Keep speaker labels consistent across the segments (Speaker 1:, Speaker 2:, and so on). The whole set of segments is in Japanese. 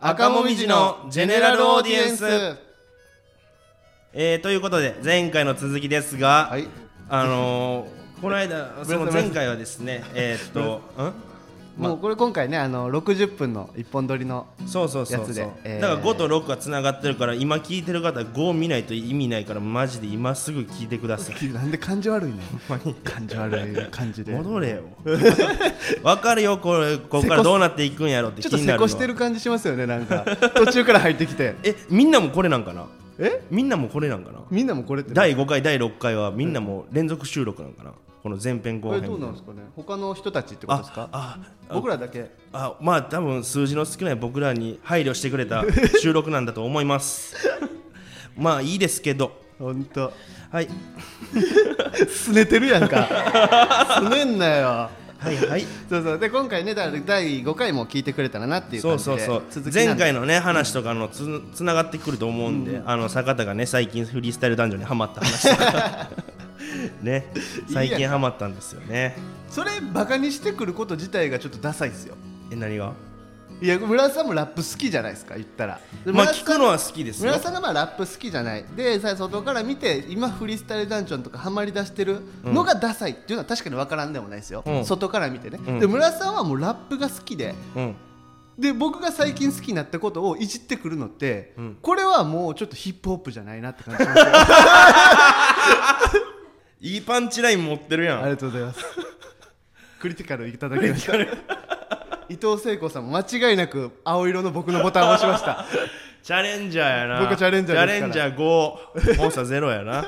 Speaker 1: 赤もみじのジェネラルオーディエンスえー、ということで前回の続きですが、
Speaker 2: はい
Speaker 1: あのー、こ の間その前回はですねえー、っと
Speaker 2: もうこれ今回ねあの60分の一本撮りの
Speaker 1: んそうそうそう
Speaker 2: やつ
Speaker 1: そう
Speaker 2: で、えー
Speaker 1: だから5と6がつながってるから今聞いてる方5見ないと意味ないからマジで今すぐ聞いてく ださい
Speaker 2: なんで感じ悪いね感じ悪い感じで
Speaker 1: 戻れよ わかるよこれここからどうなっていくんやろって
Speaker 2: ちょっと
Speaker 1: 気にな
Speaker 2: せ
Speaker 1: るの
Speaker 2: こ
Speaker 1: は
Speaker 2: してる感じしますよねなんか途中から入ってきて
Speaker 1: えみんなもこれなんかな
Speaker 2: え
Speaker 1: みんなもこれなんかな
Speaker 2: みんなもこれって
Speaker 1: 第5回第6回はみんなもう連続収録なんかなこの前編後
Speaker 2: これ
Speaker 1: 編
Speaker 2: どうなんですかね他の人たちってことです
Speaker 1: あ
Speaker 2: か
Speaker 1: ああ
Speaker 2: 僕らだけ
Speaker 1: あまあ多分数字の少ない僕らに配慮してく れた収録なんだと思いますまあいいですけど
Speaker 2: ほんと
Speaker 1: はい
Speaker 2: すねてるやんかすねんなよ
Speaker 1: はいはい
Speaker 2: そうそうで今回ねだから第5回も聞いてくれたらなっていう
Speaker 1: そ
Speaker 2: 感
Speaker 1: う
Speaker 2: じ
Speaker 1: そう
Speaker 2: で
Speaker 1: そう
Speaker 2: 続きな
Speaker 1: 前
Speaker 2: んで
Speaker 1: 回のね話とかのつつながってくると思うんで、あの坂田がね最近フリースタイル男女にハマった話とか ね最
Speaker 2: いい
Speaker 1: 近
Speaker 2: や
Speaker 1: ハマったんですよね
Speaker 2: それバカにしてくること自体がちょっとダサいですよ
Speaker 1: え何が
Speaker 2: いや村田さんもラップ好きじゃないですか言ったら
Speaker 1: まあ
Speaker 2: 村田
Speaker 1: 聞
Speaker 2: さん
Speaker 1: くのは好きですよ
Speaker 2: 村田さんがまあラップ好きじゃないでさ外から見て今フリースタイルダンジョンとかハマりだしてるのがダサいっていうのは確かに分からんでもないですよ、
Speaker 1: うん
Speaker 2: 外から見てね、
Speaker 1: うん
Speaker 2: で村田さんはもうラップが好きで
Speaker 1: うん
Speaker 2: で僕が最近好きになったことをいじってくるのって、
Speaker 1: うん
Speaker 2: これはもうちょっとヒップホップじゃないなって感じします よ
Speaker 1: いいパンチライン持ってるや
Speaker 2: あり
Speaker 1: ん
Speaker 2: がとうございますクリティカルいただきました伊藤聖子さんも間違いなく青色の僕のボタンを押しました
Speaker 1: チャレンジャーやな
Speaker 2: 僕チャレンジャーです
Speaker 1: チ
Speaker 2: か
Speaker 1: ャレ
Speaker 2: ら
Speaker 1: ンジャー5モンスターゼロやな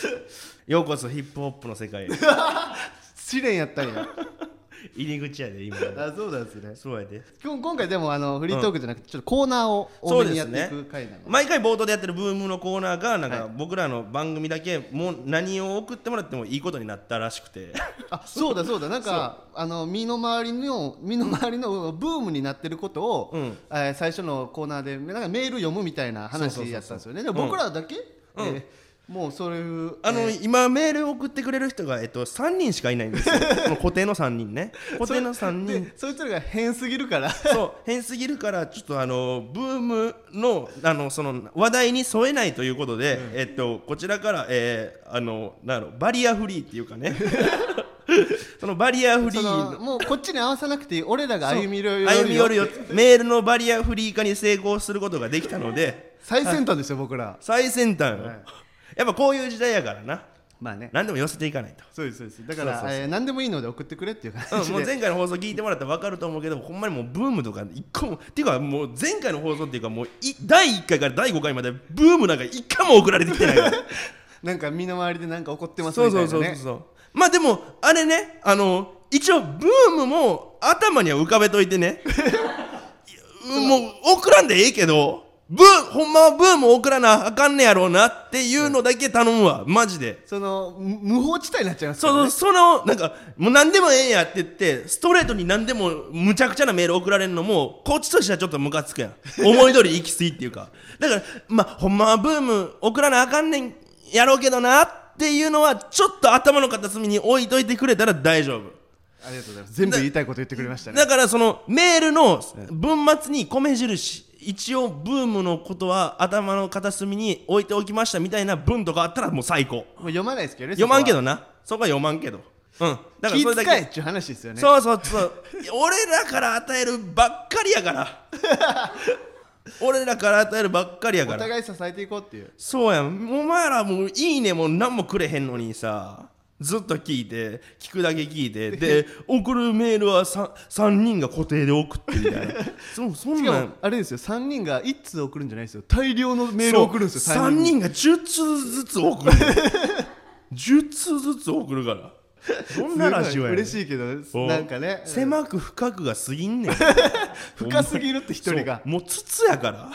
Speaker 1: ようこそヒップホップの世 界へ
Speaker 2: 試練やったんや
Speaker 1: 入り口やで今
Speaker 2: あそうなんですね
Speaker 1: そうやで
Speaker 2: 今今回でもあのフリートークじゃなくてちょっとコーナーを
Speaker 1: そ
Speaker 2: 多め
Speaker 1: うで
Speaker 2: にや
Speaker 1: す
Speaker 2: ってい
Speaker 1: ね
Speaker 2: く回なので
Speaker 1: 毎回冒頭でやってるブームのコーナーがなんか
Speaker 2: は
Speaker 1: 僕らの番組だけもう何を送ってもらってもいいことになったらし くて
Speaker 2: あそうだそうだなんかあの身の回りの身の回りのブームになってることを、
Speaker 1: うん
Speaker 2: えー最初のコーナーでなんかメール読むみたいな
Speaker 1: そうそうそうそう
Speaker 2: 話やったんですよねで
Speaker 1: う
Speaker 2: も
Speaker 1: ん
Speaker 2: 僕らだけ、
Speaker 1: うん
Speaker 2: えーもうそういう
Speaker 1: あの、
Speaker 2: えー
Speaker 1: 今メール送ってくれる人が、えっと、3人しかいないん ですよこの固定の3人ね固定の3人
Speaker 2: でそいつらが変すぎる から
Speaker 1: そう変すぎるからちょっとあのブームのあのその話題に添えないということで、えっと、こちらから、えー、あのなんやろバリアフリーっていうか ねそのバリアフリ
Speaker 2: そ
Speaker 1: ーの
Speaker 2: のもうこっちに合わさなくていい俺らが歩み寄るよ
Speaker 1: 歩み寄るよメールのバリアフリー化に成功することができたので
Speaker 2: 最先端ですよ僕ら
Speaker 1: 最先端よ、
Speaker 2: はい
Speaker 1: やっぱこういう時代やからな
Speaker 2: まあね
Speaker 1: 何でも寄せていかないと。
Speaker 2: そうですそうですだから
Speaker 1: そうそうそう
Speaker 2: えー何でもいいので送ってくれっていう
Speaker 1: う
Speaker 2: 感
Speaker 1: ん、
Speaker 2: じ
Speaker 1: もう
Speaker 2: で、
Speaker 1: 前回の放送聞いてもらったら分かると思うけどほんまにもうブームとか一個もっていうかもう前回の放送っていうかもうい第1回から第5回までブームなんか一回も送られてきてないから
Speaker 2: なんか身の回りでなんか怒ってます
Speaker 1: そ
Speaker 2: み
Speaker 1: う
Speaker 2: たいな
Speaker 1: そ
Speaker 2: ね
Speaker 1: うそうそうそうまあでもあれねあの一応ブームも頭には浮かべといてねいやもう送らんでええけどブーほんまはブーム送らなあかんねやろうなっていうのだけ頼むわマジで
Speaker 2: そのむ無法地帯になっちゃいますから
Speaker 1: そ
Speaker 2: ね
Speaker 1: のそのなんかもう何でもええやって言ってストレートに何でもむちゃくちゃなメール送られるのもこっちとしてはちょっとムカつくやん 思い通り行き過ぎっていうかだからまあほんまはブーム送らなあかんねんやろうけどなっていうのはちょっと頭の片隅に置いといてくれたら大丈夫
Speaker 2: ありがとうございます全部言いたいこと言ってくれましたね
Speaker 1: だからそのメールの文末に米印一応ブームのことは頭の片隅に置いておきましたみたいな文とかあったらもう最高
Speaker 2: もう読まないですけどね
Speaker 1: 読まんけ
Speaker 2: ど
Speaker 1: どなそこは読まんけどうんだから
Speaker 2: 気
Speaker 1: それだ
Speaker 2: 遣え
Speaker 1: け
Speaker 2: っちゅう話ですよね
Speaker 1: そうそうそう 俺らから与えるばっかりやから 俺らから与えるばっかりや
Speaker 2: お
Speaker 1: から
Speaker 2: 互い支えていこうっていう
Speaker 1: そうやんお前らもういいねも何もくれへんのにさずっと聞いて聞くだけ聞 いてで送るメールは 3, 三人が固定で送ってみたい なそうそん
Speaker 2: しか
Speaker 1: な
Speaker 2: も
Speaker 1: ん
Speaker 2: あれですよ3人が1通送るんじゃないですよ大量のメールを送るんですよ
Speaker 1: そう
Speaker 2: タイミ
Speaker 1: 3
Speaker 2: ング
Speaker 1: 人が10通ずつ 送る10通ずつ送るからそんなラジオやねん
Speaker 2: 嬉しいけどなんかね
Speaker 1: 狭く深くが過ぎ んねん
Speaker 2: 深すぎるって一人が
Speaker 1: そうもう筒やから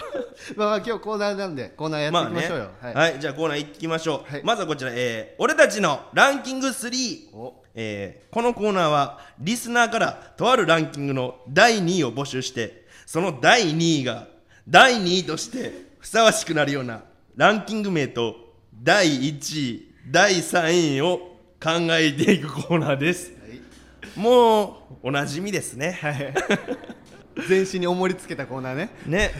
Speaker 2: まあまあ今日コーナーなんでコーナーやっていきましょうよ
Speaker 1: まあね
Speaker 2: はい
Speaker 1: はい、じゃあコーナー行きましょう、
Speaker 2: はい
Speaker 1: まずはこちら、えー俺たちのランキング3
Speaker 2: お」
Speaker 1: えーこのコーナーはリスナーからとあるランキングの第2位を募集してその第2位が第2位としてふさわしくなるようなランキング名と第1位第3位を考えていくコーナーですもうおなじみですね、
Speaker 2: 全身に重りつけたコーナーね
Speaker 1: ね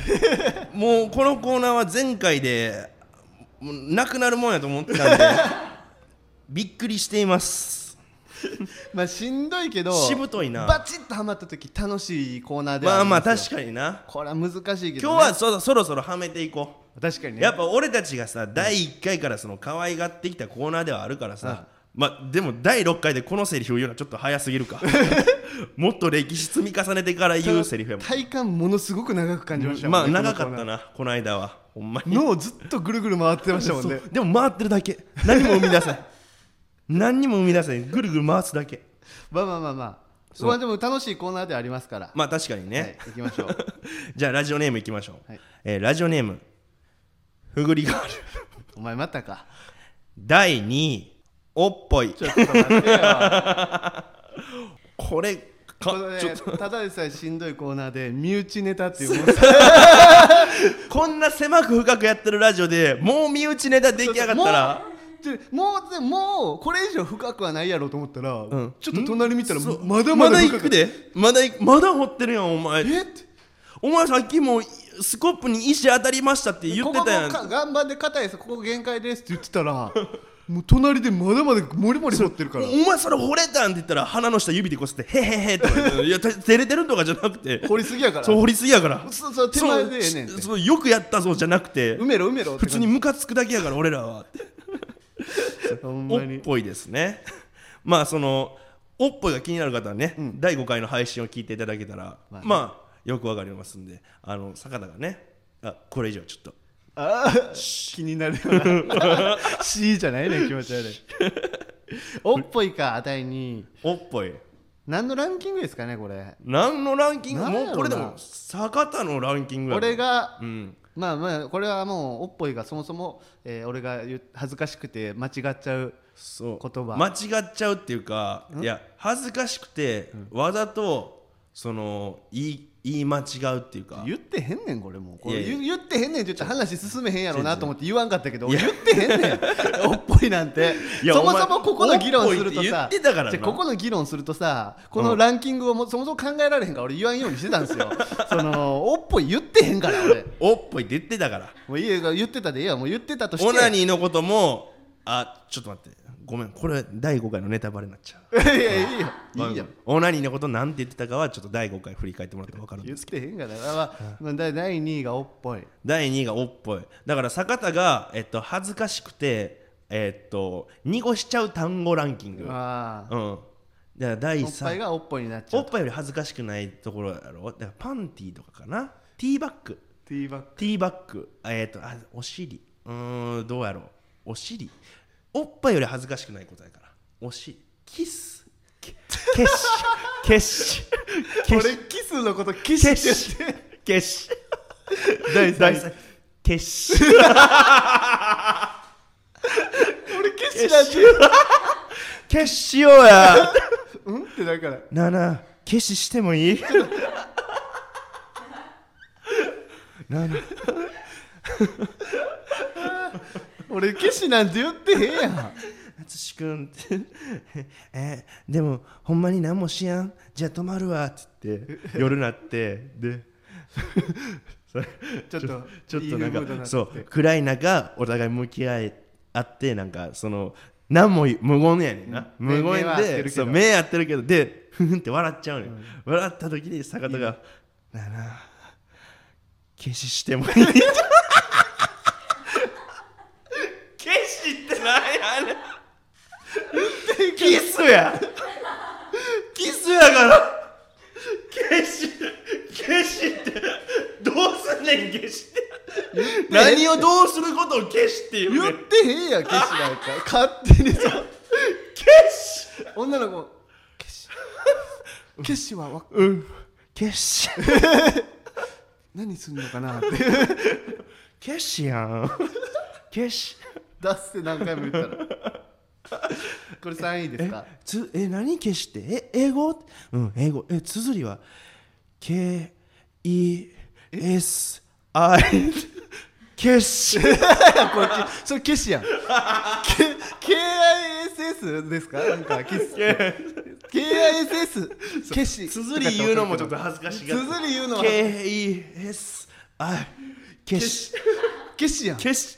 Speaker 1: もうこのコーナーは前回でもうなくなるもんやと思ってたん でびっくりしています
Speaker 2: まあしんどいけど
Speaker 1: しぶといな
Speaker 2: バチッとハマった時楽しいコーナーでは
Speaker 1: まあまあ
Speaker 2: りす
Speaker 1: 確
Speaker 2: よ
Speaker 1: かにな
Speaker 2: これは難しいけど、
Speaker 1: 今
Speaker 2: ね、
Speaker 1: 日はそろそろそろはめていこう
Speaker 2: 確かにね
Speaker 1: やっぱ俺たちがさ第1回からその可愛がってきたコーナーではあるからさ、まあでも第6回でこのセリフを言うのはちょっと早す ぎるかもっと歴史積み重ねてから言うセリフやも
Speaker 2: 体感ものすごく長く感じました
Speaker 1: ん
Speaker 2: もん
Speaker 1: まあ
Speaker 2: ね
Speaker 1: 長かった
Speaker 2: このコーナー
Speaker 1: なこの間はほんまに
Speaker 2: 脳ずっとぐるぐる回ってましたもんね
Speaker 1: そうでも回ってるだけ何も生み出 せん何にも生み出せんぐるぐる回すだけ
Speaker 2: まあまあまあまあ
Speaker 1: そう
Speaker 2: まあでも楽しいコーナーではありますから、
Speaker 1: まあ確かにね、
Speaker 2: はい行きましょう
Speaker 1: じゃあラジオネームいきましょう、
Speaker 2: はい
Speaker 1: えーラジオネームふぐりがある
Speaker 2: お前またか
Speaker 1: 第2位おっぽい
Speaker 2: ちょっと待ってよ
Speaker 1: これか
Speaker 2: このね
Speaker 1: ちょっと
Speaker 2: ただでさえしんどいコーナーで身内ネタっていうものち
Speaker 1: こんな狭く深くやってるラジオでもう身内ネタ出来上がったら
Speaker 2: ょもうでもうこれ以上深くはないやろうと思ったら、
Speaker 1: ん
Speaker 2: ちょっと隣見たら
Speaker 1: そう
Speaker 2: まだまだ深
Speaker 1: 行くでまだ行くまだ掘ってるやんお前
Speaker 2: えって
Speaker 1: お前さっきもスコップに石当たりましたって言ってたやん
Speaker 2: ここもか岩盤で硬いですここ限界ですって言ってたらもう隣でまだまだモリモリ掘ってるから
Speaker 1: お前それ掘れたんって言ったら鼻の下指でこすって「へへへ」とか言って「いやた照れてる」とかじゃなくて
Speaker 2: 掘りすぎやから
Speaker 1: そう掘りすぎやから
Speaker 2: そうそう手前でええねん
Speaker 1: そ
Speaker 2: て
Speaker 1: うそうよくやったぞじゃなくて
Speaker 2: 埋めろ埋めろって
Speaker 1: 普通にムカつくだけやから俺らは
Speaker 2: 感じほんま
Speaker 1: おっ
Speaker 2: に
Speaker 1: ぽいですねまあそのおっぽいが気になる方はね、第5回の配信を聞いていただけたら、まあよくわかりますんであの坂田がねあこれ以上ちょっと
Speaker 2: ああ気になる よな C じゃないねん気持ち悪いおっぽいか第2位
Speaker 1: おっぽい
Speaker 2: 何のランキングですかねこれ
Speaker 1: 何のランキング
Speaker 2: なんやろ
Speaker 1: も
Speaker 2: な
Speaker 1: うこれでも坂田のランキングやろ
Speaker 2: 俺が
Speaker 1: うん
Speaker 2: まあまあこれはもうおっぽいがそもそも、えー俺が言う恥ずかしくて間違っちゃう
Speaker 1: そう
Speaker 2: 言葉
Speaker 1: 間違っちゃうっていうかいや恥ずかしくて、わざとその言い言い間違うっていうか
Speaker 2: 言ってへんねんこれもうこれ
Speaker 1: いやいや
Speaker 2: 言言ってへんねんって言ったら話進めへんやろ
Speaker 1: ちょ
Speaker 2: ないと思って言わんかったけど俺言ってへんねん おっぽいなんて
Speaker 1: いや
Speaker 2: そも
Speaker 1: お前
Speaker 2: そもここの議論するとさ
Speaker 1: おっぽいって言ってたからな
Speaker 2: じゃあここの議論するとさこのランキングをもそもそも考えられへんから俺言わんようにしてたんです よそのおっぽい言ってへんから俺
Speaker 1: おっぽいって言ってたから
Speaker 2: もういいよ言ってたでええよもう言ってたとして
Speaker 1: オナニーのこともあちょっと待ってごめんこれ第5回のネタバレになっちゃ
Speaker 2: いやいやいいよ
Speaker 1: う
Speaker 2: いいよ
Speaker 1: オナニーのことなんて言ってたかはちょっと第5回振り返ってもらって分かるん
Speaker 2: 言っ
Speaker 1: です
Speaker 2: てへんからな、まあまあ、だ第2位がおっぽい
Speaker 1: 第2位がおっぽいだから坂田が、えっと、恥ずかしくてえっと濁しちゃう単語ランキングうんだか
Speaker 2: あ
Speaker 1: ら第
Speaker 2: ーおっぱい
Speaker 1: 3位
Speaker 2: がおっぽいになっちゃ
Speaker 1: お
Speaker 2: う
Speaker 1: っぱいより恥ずかしくないところやろだからパンティーとかかなティーバッグ
Speaker 2: ティーバッグ
Speaker 1: ティーバッグえっとあお尻うーんどうやろうお尻おっぱいより恥ずかしくないことやからお尻キスけ消し消し消し
Speaker 2: 俺キスのことキスっ
Speaker 1: 消
Speaker 2: て
Speaker 1: し
Speaker 2: 言って
Speaker 1: 消し
Speaker 2: 第
Speaker 1: 第
Speaker 2: 3
Speaker 1: 三消し
Speaker 2: 俺キスなんて
Speaker 1: 消しようや
Speaker 2: うんってだから
Speaker 1: なあなあ消ししてもいいなあなあ
Speaker 2: 俺騎士なんて言ってへんや ん
Speaker 1: 淳君って「 えでもほんまに何もしやんじゃあ泊まるわ」って言って 夜なってでそれ
Speaker 2: ちょっと
Speaker 1: ちょちょっと
Speaker 2: いいムード
Speaker 1: なん
Speaker 2: になって
Speaker 1: か
Speaker 2: て
Speaker 1: そう暗い中お互い向き合い合ってなんかその何も無言やねんな
Speaker 2: うん
Speaker 1: 無
Speaker 2: 目目
Speaker 1: 言
Speaker 2: は合ってるけ
Speaker 1: で
Speaker 2: ど
Speaker 1: そう目合ってるけどでふふんって笑っちゃうねん笑った時に坂田が「なあなあ消ししてもいい?」 消しって何やねんキスやキスやから消し消しってどうすんねん消しって何をどうすることを消しって言うね
Speaker 2: 言
Speaker 1: ん
Speaker 2: ってへんやん騎士なんか 勝手にさ
Speaker 1: 消し
Speaker 2: 女の子騎 士騎士はわ
Speaker 1: うん消し
Speaker 2: 何すんのかなって
Speaker 1: 消しやん消し
Speaker 2: 出して何回も言ったらこれ3位です
Speaker 1: え
Speaker 2: か
Speaker 1: つえ何消しってえ英語うん英語え綴りは KESI 消決し
Speaker 2: こっちそれ消しやん K- KISS ですかなんかキス KISS 消し
Speaker 1: 綴り言うのもちょっと恥ずかしがって
Speaker 2: 綴り言うのは
Speaker 1: KESI 消し
Speaker 2: 消しやん
Speaker 1: 消し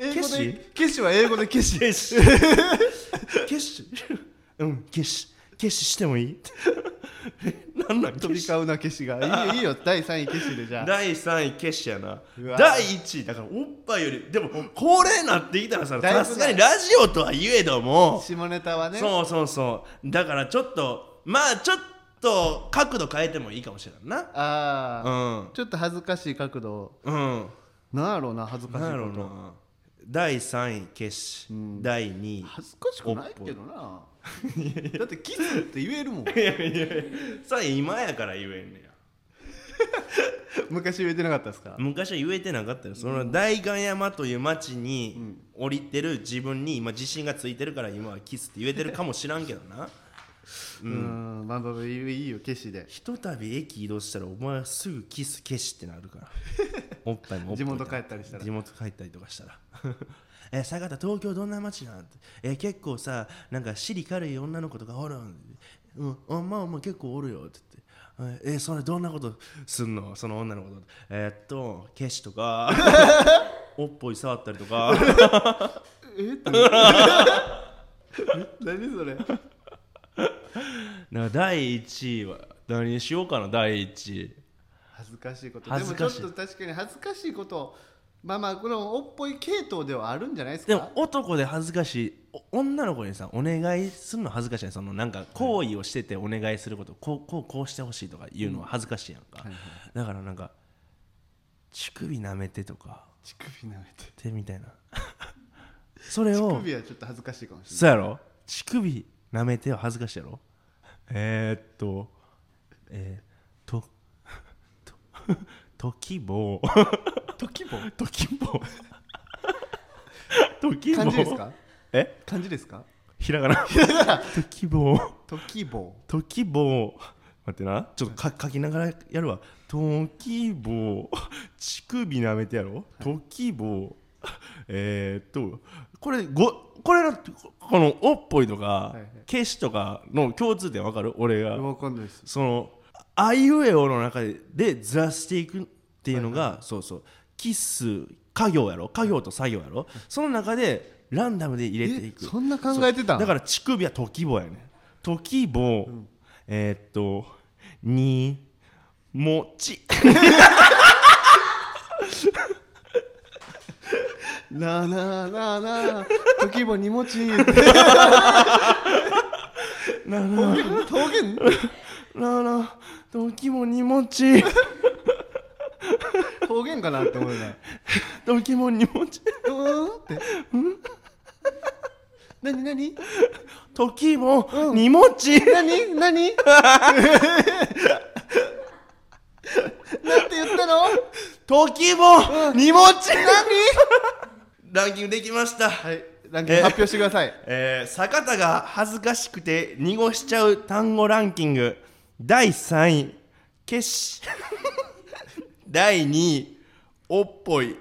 Speaker 2: 英語
Speaker 1: 消し
Speaker 2: で消しは英語で消し
Speaker 1: 消し消しうん消し消ししてもいいなんなん
Speaker 2: 飛び交うな消しが いいいいよ第3位消しでじゃあ
Speaker 1: 第3位消しやな
Speaker 2: うわ
Speaker 1: 第1位だからおっぱいよりでもこれなってきたらさ
Speaker 2: だいぶな
Speaker 1: さすがにラジオとは言えども
Speaker 2: 下ネタはね
Speaker 1: そうそうそうだからちょっとまあちょっと角度変えてもいいかもしれない
Speaker 2: ああ
Speaker 1: な
Speaker 2: ちょっと恥ずかしい角度
Speaker 1: うんうん
Speaker 2: なんやろうな恥ずかしい
Speaker 1: なんやろ
Speaker 2: こ
Speaker 1: う
Speaker 2: と
Speaker 1: な第3位消し、第2位
Speaker 2: 恥ずかしくないけどなだってキスって言えるもん
Speaker 1: さ今やから言えんねや
Speaker 2: 昔言えてなかったですか
Speaker 1: 昔は言えてなかったよその大岩山という町に降りてる自分に今自信がついてるから今はキスって言えてるかもしらんけどな
Speaker 2: うんまあまあまあいいよ消しで
Speaker 1: ひとたび駅移動したらお前はすぐキス消しってな るからおっぱいもおっぱい
Speaker 2: 地元帰ったりしたら
Speaker 1: 地元帰ったりとかしたら え坂田東京どんな街なんてえ結構さなんか尻軽い女の子とかおるんうんあまあまあ結構おるよって言ってええそれどんなことすんのその女の子とえっと消し とかおっぽい触ったりとか
Speaker 2: えっ 何それ
Speaker 1: なんか第1位は何にしようかな第1位
Speaker 2: 恥ずかしいこと
Speaker 1: 恥ずかしい
Speaker 2: でもちょっと確かに恥ずかしいことまあまあこれもおっぽい系統ではあるんじゃないですか
Speaker 1: でも男で恥ずかしいお女の子にさお願いするの恥ずかしいやんそのなんか行為をしててお願いすることこうこうこうしてほしいとか言うのは恥ずかしいやんか、だからなんか乳首舐めてとか
Speaker 2: 乳首舐めて
Speaker 1: 手みたいな それ
Speaker 2: 乳
Speaker 1: を
Speaker 2: 首はちょっと恥ずかしいかもしれ
Speaker 1: そうやろ乳首舐めては恥ずかしいやろえー、っとえー、と とときぼう
Speaker 2: ない時 も
Speaker 1: ときぼうときぼう
Speaker 2: 漢字ですか
Speaker 1: え
Speaker 2: 漢字ですか
Speaker 1: ひらがな。時棒。
Speaker 2: 時棒
Speaker 1: 時棒。待ってな。ちょっとか書きながらやるわ。時棒。乳首舐めてやろ。時棒。えー、っと、これ、ご、これの、この、おっぽいとか
Speaker 2: いはい、
Speaker 1: 消しとかの共通点わかる俺が。
Speaker 2: わかんないです
Speaker 1: そのあいうえおの中ででずらしていくっていうのが、そうそうキス家業やろ家業と作業やろ、その中でランダムで入れていく
Speaker 2: えそんな考えてたん
Speaker 1: そうだから乳首は時棒やね時棒、えー、っとにもち
Speaker 2: なあなあなあなあ時棒にもちいい
Speaker 1: なあなあ
Speaker 2: 方言
Speaker 1: なあなあ時もにも ち
Speaker 2: 方言かなって思うね
Speaker 1: 時もにもち
Speaker 2: うーんってうん何何
Speaker 1: 時もにもち、
Speaker 2: 何何なんて言ったの
Speaker 1: 時もにもち、
Speaker 2: 何
Speaker 1: ランキングできました
Speaker 2: はいランキング発表してください、
Speaker 1: えー坂田が恥ずかしくて濁しちゃう単語ランキング第3位決し 第2位おっぽい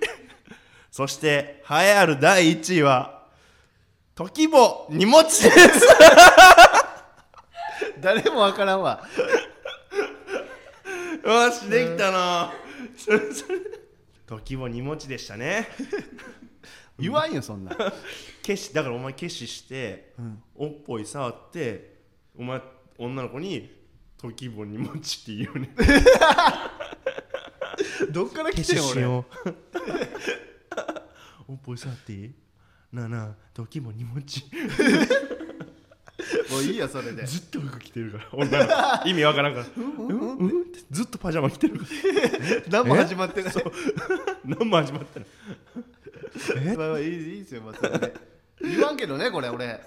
Speaker 1: そして栄えある第1位は時も荷物です
Speaker 2: 誰もわからんわ
Speaker 1: よしできたなそれそれ時も荷物でしたね
Speaker 2: 言わんよそんな
Speaker 1: 決しだからお前決しして、おっぽい触ってお前女の子に時も荷物って言うね
Speaker 2: どっから来て
Speaker 1: 消
Speaker 2: ん
Speaker 1: しし
Speaker 2: 俺
Speaker 1: よう。おっぽいさっていいなあなあ、時も荷物。ず
Speaker 2: もういいよそれで
Speaker 1: っと服着てるから、女の子。意味わからんから。うんうんってずっとパジャマ着てるか
Speaker 2: 何も始まってない
Speaker 1: ら。何も始まってない。
Speaker 2: まあまあいいいいですよまあそれで言わんけどねこれ俺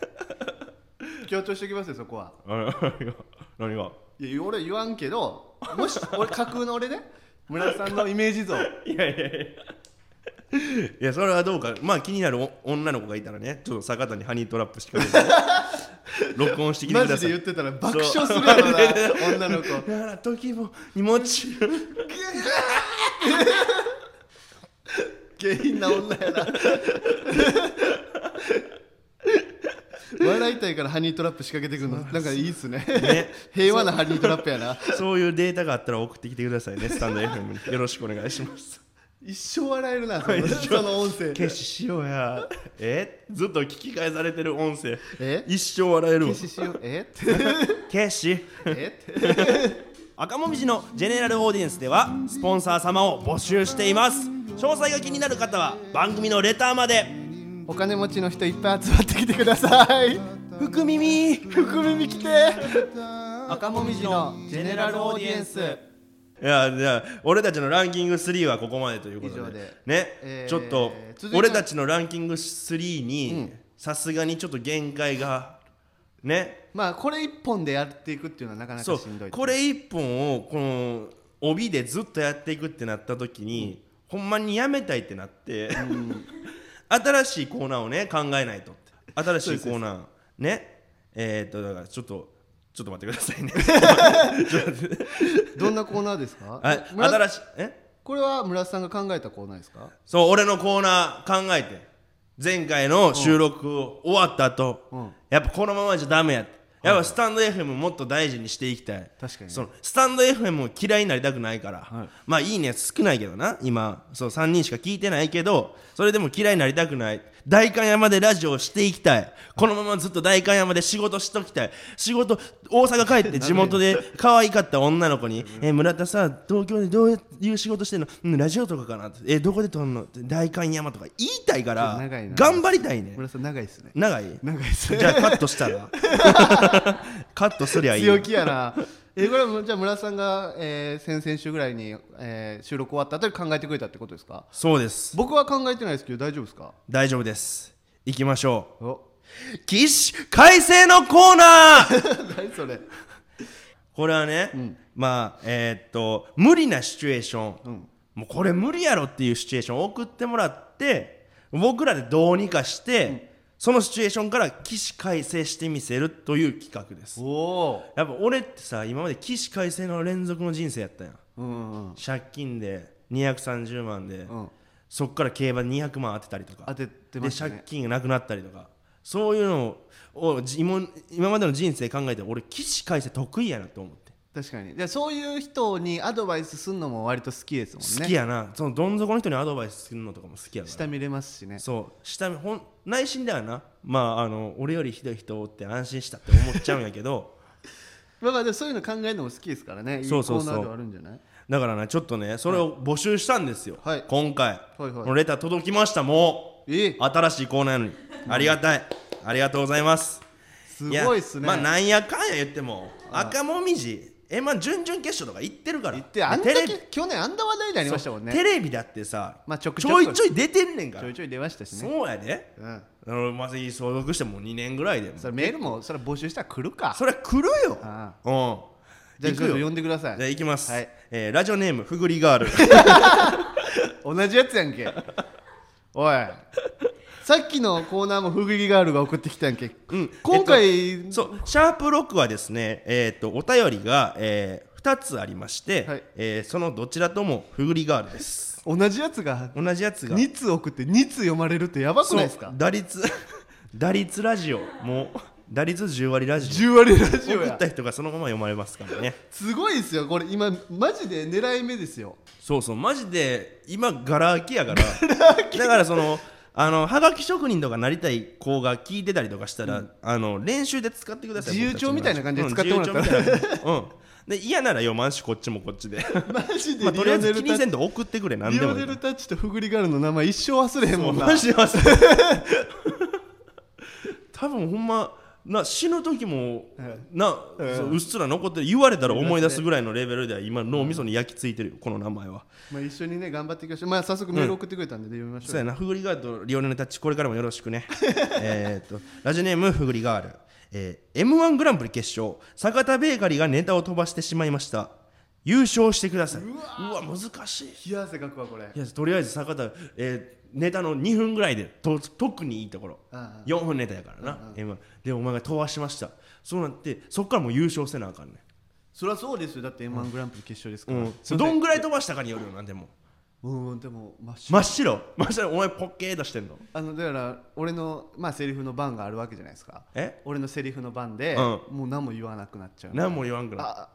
Speaker 2: 強調しておきますよそこは
Speaker 1: あれ何が何が
Speaker 2: いや俺言わんけどもし俺架空の俺ね村さんのイメージ像
Speaker 1: いやいやいや。いや、それはどうか。まあ気になるお女の子がいたらね、ちょっと坂田にハニートラップ仕掛けて、録音してきて
Speaker 2: マ
Speaker 1: くだ
Speaker 2: ジ
Speaker 1: さ
Speaker 2: で言
Speaker 1: い。
Speaker 2: ってたら爆笑するやろな女の子
Speaker 1: だから時も荷物。
Speaker 2: 下品な女やな笑いたいからハニートラップ仕掛けてくるのなんかいいっすね
Speaker 1: ね
Speaker 2: 平和なハニートラップやな
Speaker 1: そういうデータがあったら送ってきてくださいねスタンド FM によろしくお願いします
Speaker 2: 一生笑えるなそのその音声
Speaker 1: 消ししようやえずっと聞き返されてる音声
Speaker 2: え
Speaker 1: 一生笑えるわ
Speaker 2: 消ししようえって
Speaker 1: 消し
Speaker 2: えって
Speaker 1: 赤もみじのジェネラルオーディエンスではスポンサー様を募集しています詳細が気になる方は番組のレターまで
Speaker 2: お金持ちの人いっぱい集まってきてください
Speaker 1: 福耳
Speaker 2: 福耳来て赤もみじのジェネラルオーディエンス
Speaker 1: いやじゃあ俺たちのランキング3はここまでということで
Speaker 2: 以上で
Speaker 1: ね、
Speaker 2: えー
Speaker 1: ちょっと
Speaker 2: 続いて
Speaker 1: 俺たちのランキング3にさすがにちょっと限界がね
Speaker 2: まあこれ一本でやっていくっていうのはなかな
Speaker 1: そ
Speaker 2: か
Speaker 1: う
Speaker 2: しんどい
Speaker 1: これ一本をこの帯でずっとやっていくってなった時に、ほんまにやめたいってなって、 新しいコーナーをね考えないとって新しいコーナーねえー、っとだからちょっとちょっと待ってくださ いね
Speaker 2: どんなコーナーですか
Speaker 1: はい
Speaker 2: 村
Speaker 1: 新しいえ
Speaker 2: これは村田さんが考えたコーナーですか
Speaker 1: そう俺のコーナー考えて前回の収録を終わった後、
Speaker 2: うん
Speaker 1: やっぱこのままじゃダメやってやっぱスタンド FM もっと大事にしていきたい
Speaker 2: 確かにね
Speaker 1: そのスタンド FM を嫌いになりたくないから、
Speaker 2: はい
Speaker 1: まあいいね少ないけどな今そう3人しか聞いてないけどそれでも嫌いになりたくない代官山でラジオをしていきたいこのままずっと代官山で仕事しときたい仕事大阪帰って地元 で可愛かった女の子に「え村田さ東京でどういう仕事してんのうんラジオとかかな?」って「えどこで撮んの?」って「代官山」とか言いたいか
Speaker 2: ちょ
Speaker 1: ら
Speaker 2: っと長いな
Speaker 1: 頑張りたいね
Speaker 2: 村田さん長いですね
Speaker 1: 長い
Speaker 2: 長いです
Speaker 1: じゃあカットした らカットすりゃいい
Speaker 2: 強気や なえこれはじゃあ村田さんが、えー先々週ぐらいに、えー収録終わった後に考えてくれたってことですか
Speaker 1: そうです
Speaker 2: 僕は考えてないですけど大丈夫ですか
Speaker 1: 大丈夫です行きましょ
Speaker 2: お
Speaker 1: う起死回生のコーナ ー
Speaker 2: 何それ
Speaker 1: これはね、まあえーっと無理なシチュエーション、もうこれ無理やろっていうシチュエーションを送ってもらって僕らでどうにかして、そのシチュエーションから起死回生してみせるという企画です
Speaker 2: おお
Speaker 1: やっぱ俺ってさ今まで起死回生の連続の人生やったやん
Speaker 2: うんうん
Speaker 1: 借金で230万で、
Speaker 2: うんうん
Speaker 1: そっから競馬200万当てたりとか
Speaker 2: 当ててました
Speaker 1: で
Speaker 2: ね
Speaker 1: 借金がなくなったりとかそういうのをじ今今までの人生考えて俺起死回生得意やなと思って、
Speaker 2: 確かにでそういう人にアドバイスするのも割と好きですもんね
Speaker 1: 好きやなそのどん底の人にアドバイスするのとかも好きやから
Speaker 2: 下見れますしね
Speaker 1: そう下見ほん内心ではなまああの俺よりひどい人おって安心したって思っちゃうんやけど
Speaker 2: まあまあでもそういうの考えるのも好きですからねいいコ
Speaker 1: そうそう
Speaker 2: ー
Speaker 1: そう
Speaker 2: ナーではあるんじゃない
Speaker 1: だからねちょっとねそれを募集したんですよ、
Speaker 2: はい
Speaker 1: 今回、
Speaker 2: いはい
Speaker 1: このレター届きましたも
Speaker 2: え
Speaker 1: う新しいコーナーなのにありがたいありがとうございます
Speaker 2: すごいっすね
Speaker 1: やまあなんやかんや言っても赤もみじえまあ準々決勝とか行ってるから
Speaker 2: 言ってあんだ
Speaker 1: テレビ
Speaker 2: け去年あんな話題になりましたもんね
Speaker 1: テレビだってさ、
Speaker 2: まあちょく
Speaker 1: ち
Speaker 2: ち
Speaker 1: ょ
Speaker 2: ょ
Speaker 1: い
Speaker 2: く
Speaker 1: ちょい出てんねんか
Speaker 2: ち
Speaker 1: ら、
Speaker 2: ょいちょい出ましたしね
Speaker 1: そうやで
Speaker 2: うん
Speaker 1: あのまずに相続してもう2年ぐらいで
Speaker 2: それメールもそれ募集したら来るか
Speaker 1: それは来るよ
Speaker 2: あ
Speaker 1: うん
Speaker 2: じゃあ
Speaker 1: 行
Speaker 2: ち
Speaker 1: く
Speaker 2: ょっと
Speaker 1: よじ
Speaker 2: 呼んでくださ
Speaker 1: ゃあ
Speaker 2: い
Speaker 1: 行きます、
Speaker 2: はい
Speaker 1: えーラジオネームふぐりガール
Speaker 2: 同じやつやんけおいさっきのコーナーもフグリガールが送ってきたやんけ
Speaker 1: うん
Speaker 2: 今回
Speaker 1: そうシャープ6はですねえーっとお便りが、え2つありまして、
Speaker 2: はい
Speaker 1: えーそのどちらともふぐりガールです
Speaker 2: 同じやつが
Speaker 1: 同じやつが
Speaker 2: 2通送って2通読まれるってやばくないです
Speaker 1: そう
Speaker 2: か
Speaker 1: 打率 打率ラジオもう打率10割ラジ
Speaker 2: 10割ラ
Speaker 1: オ
Speaker 2: ジオ
Speaker 1: 送っ
Speaker 2: や
Speaker 1: た人がそのまま読まれますからね
Speaker 2: すごいですよこれ今マジで狙い目です よ
Speaker 1: そうそうマジで今 ガラ空きやからだからそのあのはがき職人とかなりたい子が聞いてたりとかしたら、あの練習で使ってください
Speaker 2: 自由帳みたいな感じで使ってもらったら、
Speaker 1: らうん自由帳みたいな うんで嫌なら読まんしこっちもこっちで
Speaker 2: マジで
Speaker 1: まあとりあえず気
Speaker 2: リオ
Speaker 1: に
Speaker 2: ネ
Speaker 1: せ
Speaker 2: ル
Speaker 1: んと送ってくれ
Speaker 2: タ
Speaker 1: 何
Speaker 2: リ
Speaker 1: で
Speaker 2: オ
Speaker 1: もい
Speaker 2: ネ
Speaker 1: いか
Speaker 2: ル
Speaker 1: ら
Speaker 2: タッチとフグリガールの名前一生忘れへんもんな
Speaker 1: マジで忘れ 多分ほんまな死ぬ時も、な、ううっすら残ってる言われたら思い出すぐらいのレベルでは今脳みそに焼き付いてるよこの名前は、
Speaker 2: まあ、一緒にね頑張っていきましょう、まあ、早速メール送ってくれたんで、読みまし
Speaker 1: そう
Speaker 2: ょう
Speaker 1: やなフグリガールとリオネルタッチこれからもよろしく ねえーっとラジオネームフグリガール、えー、m 1グランプリ決勝坂田ベーカリーがネタを飛ばしてしまいました優勝してくださいうわ難しい
Speaker 2: 冷や汗かくわこれ
Speaker 1: いやとりあえず坂田、えーネタの2分ぐらいでと特にいいところ
Speaker 2: うんうん
Speaker 1: 4分ネタやからな、M1 でお前が飛ばしましたそうなってそっからもう優勝せなあかんね
Speaker 2: そりゃそうですよだって m 1グランプリ決勝です
Speaker 1: ん、
Speaker 2: から、
Speaker 1: うん、どんぐらい飛ばしたかによるよなでも
Speaker 2: うんでも真っ白
Speaker 1: 真っ白真っ白お前ポッケー出してんの
Speaker 2: あのだから俺のまあセリフの番があるわけじゃないですか
Speaker 1: え
Speaker 2: 俺のセリフの番で、
Speaker 1: うん
Speaker 2: もう何も言わなくなっちゃう
Speaker 1: 何も言わんくな
Speaker 2: あ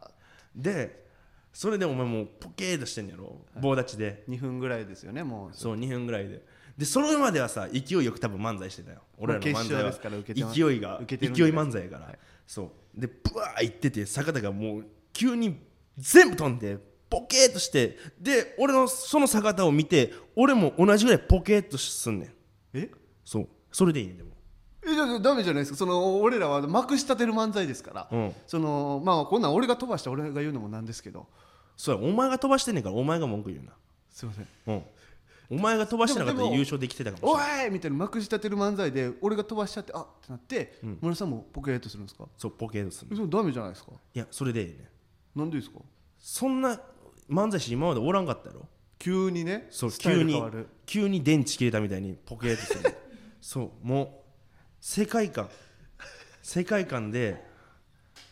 Speaker 1: でそれでお前もうポッケー出してんやろ棒立ちで
Speaker 2: 2分ぐらいですよねもう
Speaker 1: そう2分ぐらいででそれまではさ勢いよく多分漫才してたよ俺らの漫
Speaker 2: 決
Speaker 1: 才
Speaker 2: 勝
Speaker 1: は
Speaker 2: ですから受けてます
Speaker 1: 勢いが
Speaker 2: 受
Speaker 1: 勢
Speaker 2: け
Speaker 1: い
Speaker 2: てるんじゃない
Speaker 1: 漫才やから、そうでブワー行ってて坂田がもう急に全部飛んでポケーっとしてで俺のその坂田を見て俺も同じぐらいポケーっとすんねん
Speaker 2: え
Speaker 1: そうそれでいいねんでも
Speaker 2: えじゃあダメじゃないですかその俺らはまくし立てる漫才ですから、
Speaker 1: うん
Speaker 2: そのまあこんなん俺が飛ばして俺が言うのもなんですけど
Speaker 1: そうやお前が飛ばしてんねんからお前が文句言うな
Speaker 2: すいません
Speaker 1: うんお前が飛ばしてなかった
Speaker 2: で
Speaker 1: ら
Speaker 2: もでも
Speaker 1: 優勝できてたか
Speaker 2: お
Speaker 1: もしれない
Speaker 2: いみたいなまくし立てる漫才で俺が飛ばしちゃってあってなって、村さんもポケットするんですか
Speaker 1: そうポケーっとすんねん
Speaker 2: それダメじゃないですか
Speaker 1: いやそれでいいねん
Speaker 2: なんでですか
Speaker 1: そんな漫才師今までおらんかったやろ
Speaker 2: 急にね
Speaker 1: そう
Speaker 2: スタイ
Speaker 1: 急
Speaker 2: ル変
Speaker 1: に
Speaker 2: わる
Speaker 1: 急に電池切れたみたいにポケーとす るそうもう世界観世界観で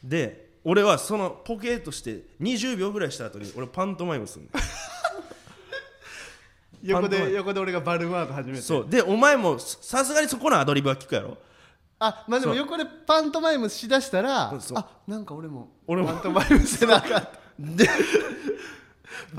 Speaker 1: で俺はそのポケーとして20秒ぐらいした後に俺パントマイム する
Speaker 2: 横
Speaker 1: パントマイ
Speaker 2: で
Speaker 1: ム
Speaker 2: 横で俺がバルマーク始めて
Speaker 1: そうでお前もささすがにそこのアドリブは聞くやろ
Speaker 2: あまあでも
Speaker 1: そう
Speaker 2: 横でパントマイムしだしたら
Speaker 1: そうそう
Speaker 2: あなんか俺も
Speaker 1: 俺も
Speaker 2: パントマイムせなあかん
Speaker 1: で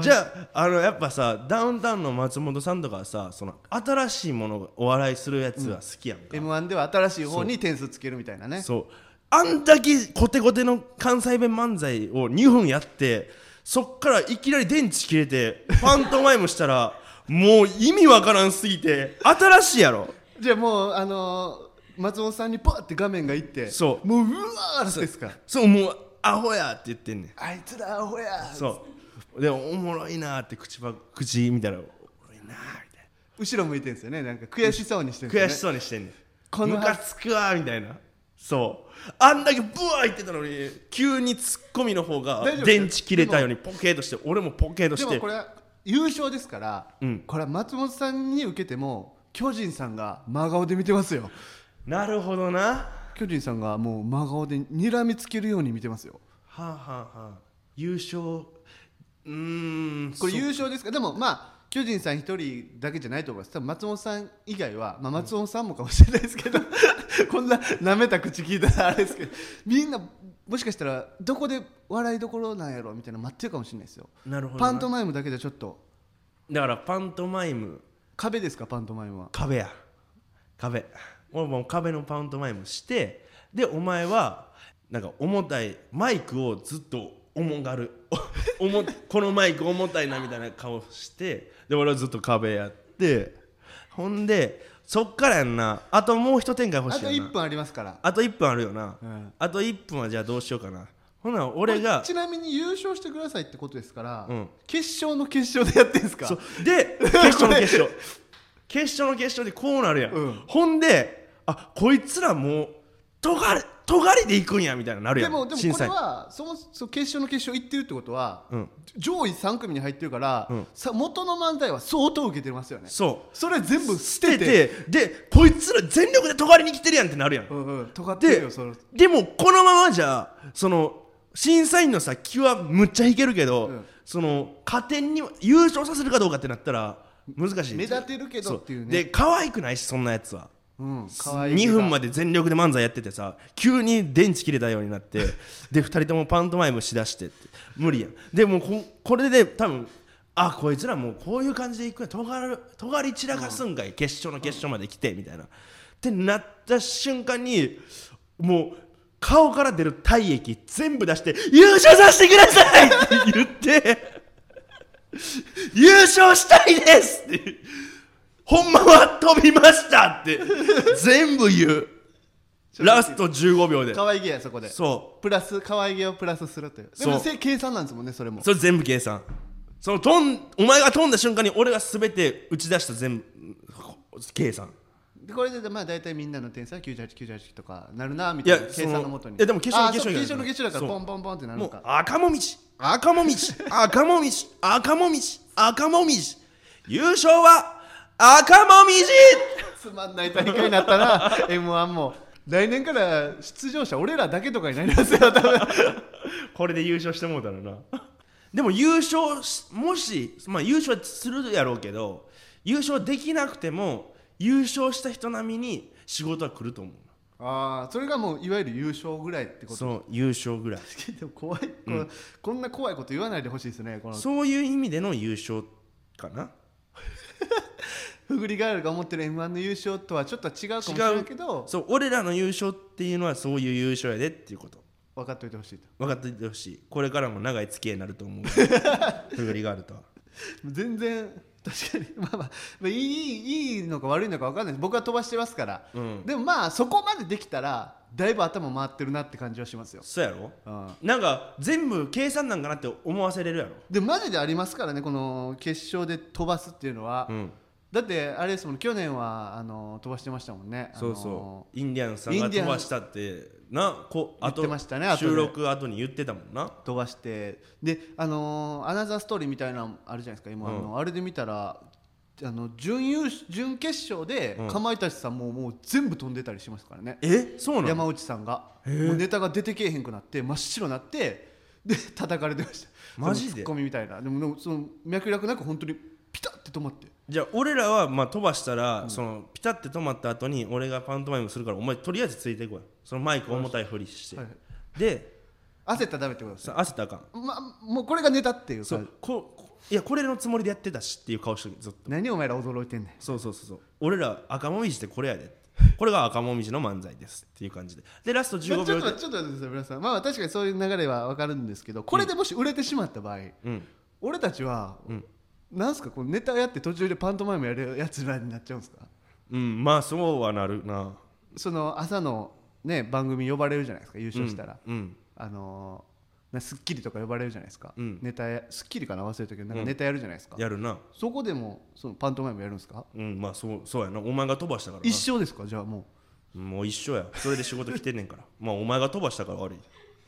Speaker 1: じゃああのやっぱさダウンタウンの松本さんとかはさその新しいものをお笑いするやつは好きやんか、
Speaker 2: m 1では新しい方に点数つけるみたいなね
Speaker 1: そうあんだけコテコテの関西弁漫才を2分やってそっからいきなり電池切れてパントマイムしたら もう意味わからんすぎて新しいやろ
Speaker 2: じゃあもうあのー松本さんにパッて画面がいって
Speaker 1: そう
Speaker 2: もううわーってですか
Speaker 1: そうもうアホやって言ってんねん
Speaker 2: あいつらアホやー
Speaker 1: そうでおもろいなーって口ば口見たらおもろいなーみたい
Speaker 2: 後ろ向いてんですよねなんか悔しそうにしてるん
Speaker 1: な悔
Speaker 2: で
Speaker 1: し
Speaker 2: すよね
Speaker 1: そうにしてんねん
Speaker 2: この
Speaker 1: ムカつくわーみたいなそうあんだけブワー言ってたのに急にツッコミの方が
Speaker 2: 大丈夫
Speaker 1: 電池切れたようにポケーとして俺もポケーとし
Speaker 2: で
Speaker 1: て
Speaker 2: もこれは優勝ですから、
Speaker 1: うん
Speaker 2: これは松本さんに受けても巨人さんが真顔で見てます よ
Speaker 1: なるほどなは
Speaker 2: 巨人さんがもう真顔で睨みつけるように見てますよ
Speaker 1: あ、はあはあ、優勝うーん
Speaker 2: これ
Speaker 1: そう
Speaker 2: 優勝ですかでもまあ巨人さん一人だけじゃないと思います多分松本さん以外は、まあ、松本さんもかもしれないですけど、 こんな舐めた口聞いたらあれですけどみんなもしかしたらどこで笑いどころなんやろみたいなの待ってるかもしれないですよ
Speaker 1: なるほどな
Speaker 2: パントマイムだけじゃちょっと
Speaker 1: だからパントマイム
Speaker 2: 壁ですかパントマイムは
Speaker 1: 壁や壁俺もう壁のパントマイムしてでお前はなんか重たいマイクをずっと重がる おもこのマイク重たいなみたいな顔してで俺はずっと壁やってほんでそっからやんなあともう一展開欲
Speaker 2: あ
Speaker 1: しい
Speaker 2: と
Speaker 1: やんな
Speaker 2: 1分ありますから
Speaker 1: あと1分あるよな、
Speaker 2: うん
Speaker 1: あと1分はじゃあどうしようかなほな俺が
Speaker 2: ちなみに優勝してくださいってことですから、
Speaker 1: うん
Speaker 2: 決勝の決勝でやってんですか
Speaker 1: そうで決勝の決勝 決勝の決勝でこうなるやん、
Speaker 2: うん
Speaker 1: ほんであこいつらもうとがりとがりでいくんやみたいになるや
Speaker 2: で
Speaker 1: ん
Speaker 2: もで
Speaker 1: 審
Speaker 2: もこ
Speaker 1: 査
Speaker 2: れ
Speaker 1: 員
Speaker 2: はそもそも決勝の決勝行ってるってことは、
Speaker 1: うん
Speaker 2: 上位3組に入ってるから、
Speaker 1: うん
Speaker 2: さ元の漫才は相当受けてますよね
Speaker 1: そう
Speaker 2: それ全部捨
Speaker 1: 捨
Speaker 2: てて
Speaker 1: ててでこいつら全力でとがりに来てるやんってなるやん、
Speaker 2: うんうん尖ってる
Speaker 1: で
Speaker 2: よその
Speaker 1: でもこのままじゃその審査員のさ気はむっちゃいけるけど、
Speaker 2: うん
Speaker 1: その加点には優勝させるかどうかってなったら難しい
Speaker 2: 目立てるけどっていうね
Speaker 1: そで可愛くないしそんなやつは
Speaker 2: うん可愛い
Speaker 1: 2分
Speaker 2: ま
Speaker 1: まで全力で漫才やっててさ急に電池切れたようになって で2人ともパントマイムしだしてって無理やんでもうここれで多分あこいつらもうこういう感じでいくんやとがるとがり散らかすんかい、決勝の決勝まで来てみたいな、ってなった瞬間にもう顔から出る体液全部出して「優勝させてください!」って言って 「優勝したいです!」ってほんまは飛びましたって全部言うラスト15秒で
Speaker 2: 可愛げやそこで
Speaker 1: そ
Speaker 2: プラス可愛げをプラスするというで
Speaker 1: そう
Speaker 2: もせ計算なんですもんねそれも
Speaker 1: うそれ全部計算その飛んお前が飛んだ瞬間に俺が全て打ち出した全部計算
Speaker 2: でこれでまあ大体みんなの点差は9898とかなるなみ
Speaker 1: い
Speaker 2: たい
Speaker 1: や
Speaker 2: な計
Speaker 1: そ
Speaker 2: 算
Speaker 1: の
Speaker 2: のもとに
Speaker 1: いやでも決勝の
Speaker 2: あーそう
Speaker 1: 決
Speaker 2: 決
Speaker 1: 勝
Speaker 2: 勝の決勝だ
Speaker 1: には
Speaker 2: からポ
Speaker 1: そう
Speaker 2: ンポンポンってなる
Speaker 1: も
Speaker 2: の
Speaker 1: う
Speaker 2: か
Speaker 1: 赤もみじ赤もみじ赤もみじ赤もみじ赤もみじ優勝は赤もみじ
Speaker 2: つまんない大会になったな m 1も来年から 出場者俺らだけとかになりますよ多分
Speaker 1: これで優勝してもうたらな でも優勝しもし、まあ、優勝するやろうけど優勝できなくても優勝した人並みに仕事は来ると思う
Speaker 2: ああそれがもういわゆる優勝ぐらいってこと
Speaker 1: その優勝ぐらい
Speaker 2: でも怖い、こう こんな怖いこと言わないでほしいですねこの
Speaker 1: そういう意味での優勝かな
Speaker 2: フグリガールが思ってる m 1の優勝とはちょっと違うかもしれないけど
Speaker 1: そう俺らの優勝っていうのはそういう優勝やでっていうこと
Speaker 2: 分かっておいてほしいと
Speaker 1: 分かっておいてほしいこれからも長い付き合いになると 思うふぐりがあるとは
Speaker 2: 全然 確かにまあまあまあいいいいのか悪いのか分かんないです僕は飛ばしてますから、
Speaker 1: うん
Speaker 2: でもまあそこまでできたらだいぶ頭回ってるなって感じはしますよ、
Speaker 1: そうやろ
Speaker 2: うん、
Speaker 1: なんか全部計算なんかなって思わせれるやろ
Speaker 2: でマジでありますからねこの決勝で飛ばすっていうのは、
Speaker 1: うん
Speaker 2: だってあれですもん去年はあの飛ばしてましたもんね
Speaker 1: そう
Speaker 2: あの
Speaker 1: そうインディアンスさんが飛ばしたってなこ
Speaker 2: 言ってましたね後で
Speaker 1: 収録後に言ってたもんな
Speaker 2: 飛ばしてであのーアナザーストーリーみたいなのあるじゃないですか今、あのあれで見たらあの準優勝準決勝で
Speaker 1: うん
Speaker 2: かまいたちさんももう全部飛んでたりしますからね、
Speaker 1: えそうなの
Speaker 2: 山内さんがもうネタが出てけえへんくなって真っ白になってで叩かれてました
Speaker 1: マジ
Speaker 2: そ
Speaker 1: で
Speaker 2: のツッコミみたいなでもでもその脈絡なく本当にピタッて止まって
Speaker 1: じゃあ俺らはまあ飛ばしたら、そのピタって止まった後に俺がパントマイムするからお前とりあえずついてこいそのマイク重たいふりして、
Speaker 2: はいは
Speaker 1: で
Speaker 2: 焦ったらダメってことですね
Speaker 1: さ汗たらあかん
Speaker 2: まあ、もうこれがネタっていう
Speaker 1: そ
Speaker 2: か
Speaker 1: うここいやこれのつもりでやってたしっていう顔してるずっと
Speaker 2: 何お前ら驚いてんねん
Speaker 1: そうそうそうそう俺ら赤もみじってこれやでこれが赤もみじの漫才ですっていう感じででラスト
Speaker 2: まあ
Speaker 1: 15
Speaker 2: ちょっ
Speaker 1: 秒
Speaker 2: と
Speaker 1: で
Speaker 2: ちょっと待ってください皆さんまあまあ確かにそういう流れは分かるんですけどこれでもし売れてしまった場合、
Speaker 1: うん
Speaker 2: 俺たちは、なんすかこのネタやって途中でパントマイムやるやつらになっちゃうんですか
Speaker 1: うんまあそうはなるな
Speaker 2: その朝のね番組呼ばれるじゃないですか優勝したら、
Speaker 1: うん
Speaker 2: あのーなスッキリとか呼ばれるじゃないですか、
Speaker 1: うん
Speaker 2: ネタやスッキリかな忘れたけどなんかネタやるじゃないですか、
Speaker 1: やるな
Speaker 2: そこでもそのパントマイムやるんですか
Speaker 1: うんまあそうそうやなお前が飛ばしたからな
Speaker 2: 一生ですかじゃあもう
Speaker 1: もう一緒やそれで仕事来てんねんから まあお前が飛ばしたから悪い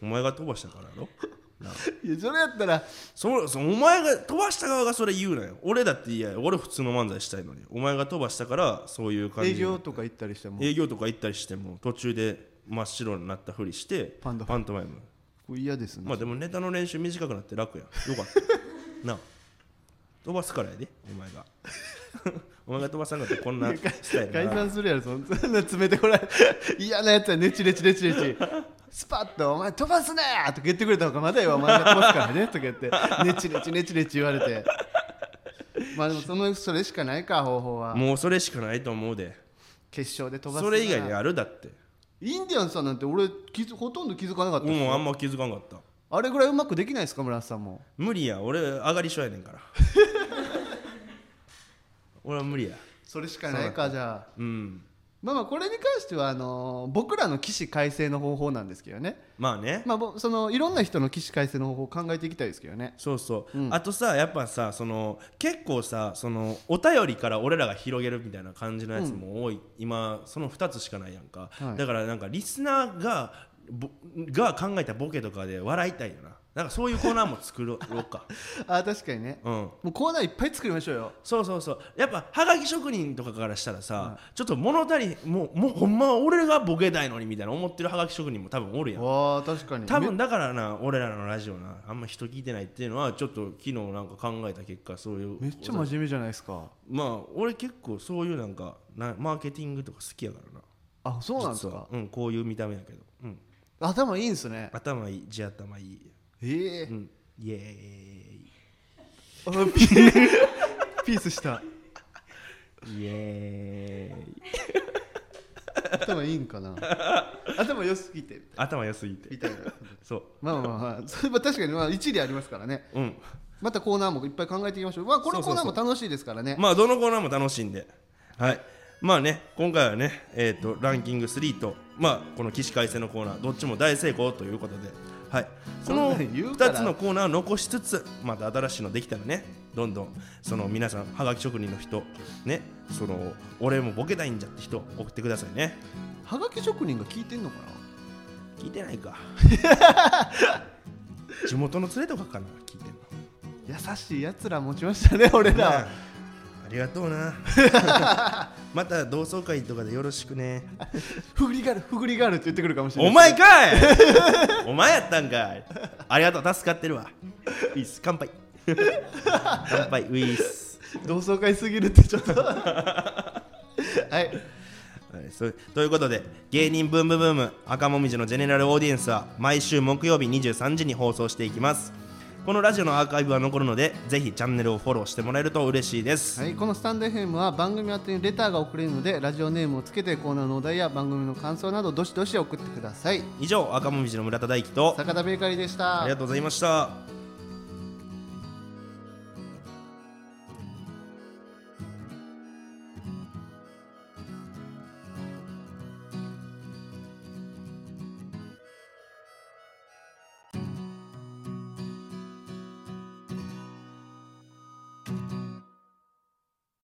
Speaker 1: お前が飛ばしたからやろなあ
Speaker 2: いやそれやったら
Speaker 1: そそお前が飛ばした側がそれ言うなよ俺だって嫌や俺普通の漫才したいのにお前が飛ばしたからそういう感じ
Speaker 2: 営
Speaker 1: に
Speaker 2: 業とか行ったりしても
Speaker 1: 営業とか行ったりしても途中で真っ白になったふりして
Speaker 2: パンダ
Speaker 1: トマイム
Speaker 2: これ嫌ですね、
Speaker 1: まあでもネタの練習短くなって楽やんよかっ たなあ飛ばすからやでお前が お前が飛ばさんかったらこんなスタイル
Speaker 2: 解
Speaker 1: なら
Speaker 2: 散するやろそんそんな詰めてこられ嫌なやつはネチネチネチネチスパッと「お前飛ばすな!」とか言ってくれた方がまだよお前が飛ばすからねとか言ってネチネチネチネチ言われてまあでもそのそれしかないか方法は
Speaker 1: もうそれしかないと思うで
Speaker 2: 決勝で飛ばすな
Speaker 1: それ以外にあるだって
Speaker 2: インディアンスさんなんて俺気づほとんど気づかなかったっす
Speaker 1: もうあんま気づかんかった
Speaker 2: あれぐらいうまくできないですか村瀬さんも
Speaker 1: 無理や俺上がり症やねんから 俺は無理や
Speaker 2: それしかないかじゃあ
Speaker 1: うん
Speaker 2: まあまあこれに関してはあのー僕らの起死回生の方法なんですけどね
Speaker 1: まあね
Speaker 2: まあぼそのいろんな人の起死回生の方法を考えていきたいですけどね
Speaker 1: そうそう、あとさやっぱさその結構さそのお便りから俺らが広げるみたいな感じのやつも多い、今その2つしかないやんか、
Speaker 2: はい
Speaker 1: だからなんかリスナーがぼが考えたボケとかで笑いたいよななんかそういうコーナーも作ろうろうか
Speaker 2: あー確かにね、
Speaker 1: うん
Speaker 2: もうコーナーいっぱい作りましょうよ
Speaker 1: そうそうそうやっぱはがき職人とかからしたらさ、ちょっと物足りもうもうほんまは俺がボケたいのにみたいな思ってるはがき職人も多分おるやん
Speaker 2: わあ確かに
Speaker 1: 多
Speaker 2: め
Speaker 1: 分だからな俺らのラジオなあんま人聞いてないっていうのはちょっと昨日なんか考えた結果そういう
Speaker 2: めっちゃ真面目じゃないですか
Speaker 1: まあ俺結構そういうなんかなマーケティングとか好きやからな
Speaker 2: あそうなんです
Speaker 1: 実
Speaker 2: か
Speaker 1: はうんこういう見た目やけど、うん、
Speaker 2: 頭いいんすね
Speaker 1: 頭いい地頭いい、
Speaker 2: ええ
Speaker 1: うん、イエーイ
Speaker 2: あピーピースした
Speaker 1: イエーイ
Speaker 2: 頭いいんかな頭良すぎて
Speaker 1: 頭良すぎて
Speaker 2: みたいな
Speaker 1: そう
Speaker 2: まあまあまあそれは確かにまあ一理ありますからね
Speaker 1: うん
Speaker 2: またコーナーもいっぱい考えていきましょうまあこの
Speaker 1: そ
Speaker 2: コー
Speaker 1: う
Speaker 2: ナ
Speaker 1: そ
Speaker 2: ー
Speaker 1: う
Speaker 2: も
Speaker 1: そう
Speaker 2: 楽しいですからね
Speaker 1: まあどのコーナーも楽しいんではいまあね今回はねえっ、とランキング3とまあこの起死回生のコーナーどっちも大成功ということではいこの
Speaker 2: そんなん言う
Speaker 1: 2
Speaker 2: から
Speaker 1: つのコーナーを残しつつまた新しいのできたらねどんどんその皆さんはがき職人の人ねその俺もボケたいんじゃって人送ってくださいね
Speaker 2: はがき職人が聞いてんのかな
Speaker 1: 聞いてな いか地元の連れとかかな聞いてんの
Speaker 2: 優しいやつら持ちましたね俺ら
Speaker 1: ねありがとうな また同窓会とかでよろしくね
Speaker 2: フグリガールフグリガールって言ってくるかもしれない
Speaker 1: お前かいお前やったんかいありがとう助かってるわウィス乾杯乾杯ウィス、
Speaker 2: 同窓会すぎるってちょっとはい
Speaker 1: はい、そうということで芸人ブームブーム赤もみじのジェネラルオーディエンスは毎週木曜日23時に放送していきますこのラジオのアーカイブは残るのでぜひチャンネルをフォローしてもらえると嬉しいです、
Speaker 2: はい、このスタンド FM は番組宛てにレターが送れるのでラジオネームをつけてコーナーのお題や番組の感想などどしどし送ってください
Speaker 1: 以上赤もみじの村田大樹と
Speaker 2: 坂田ベーカリーでした
Speaker 1: ありがとうございました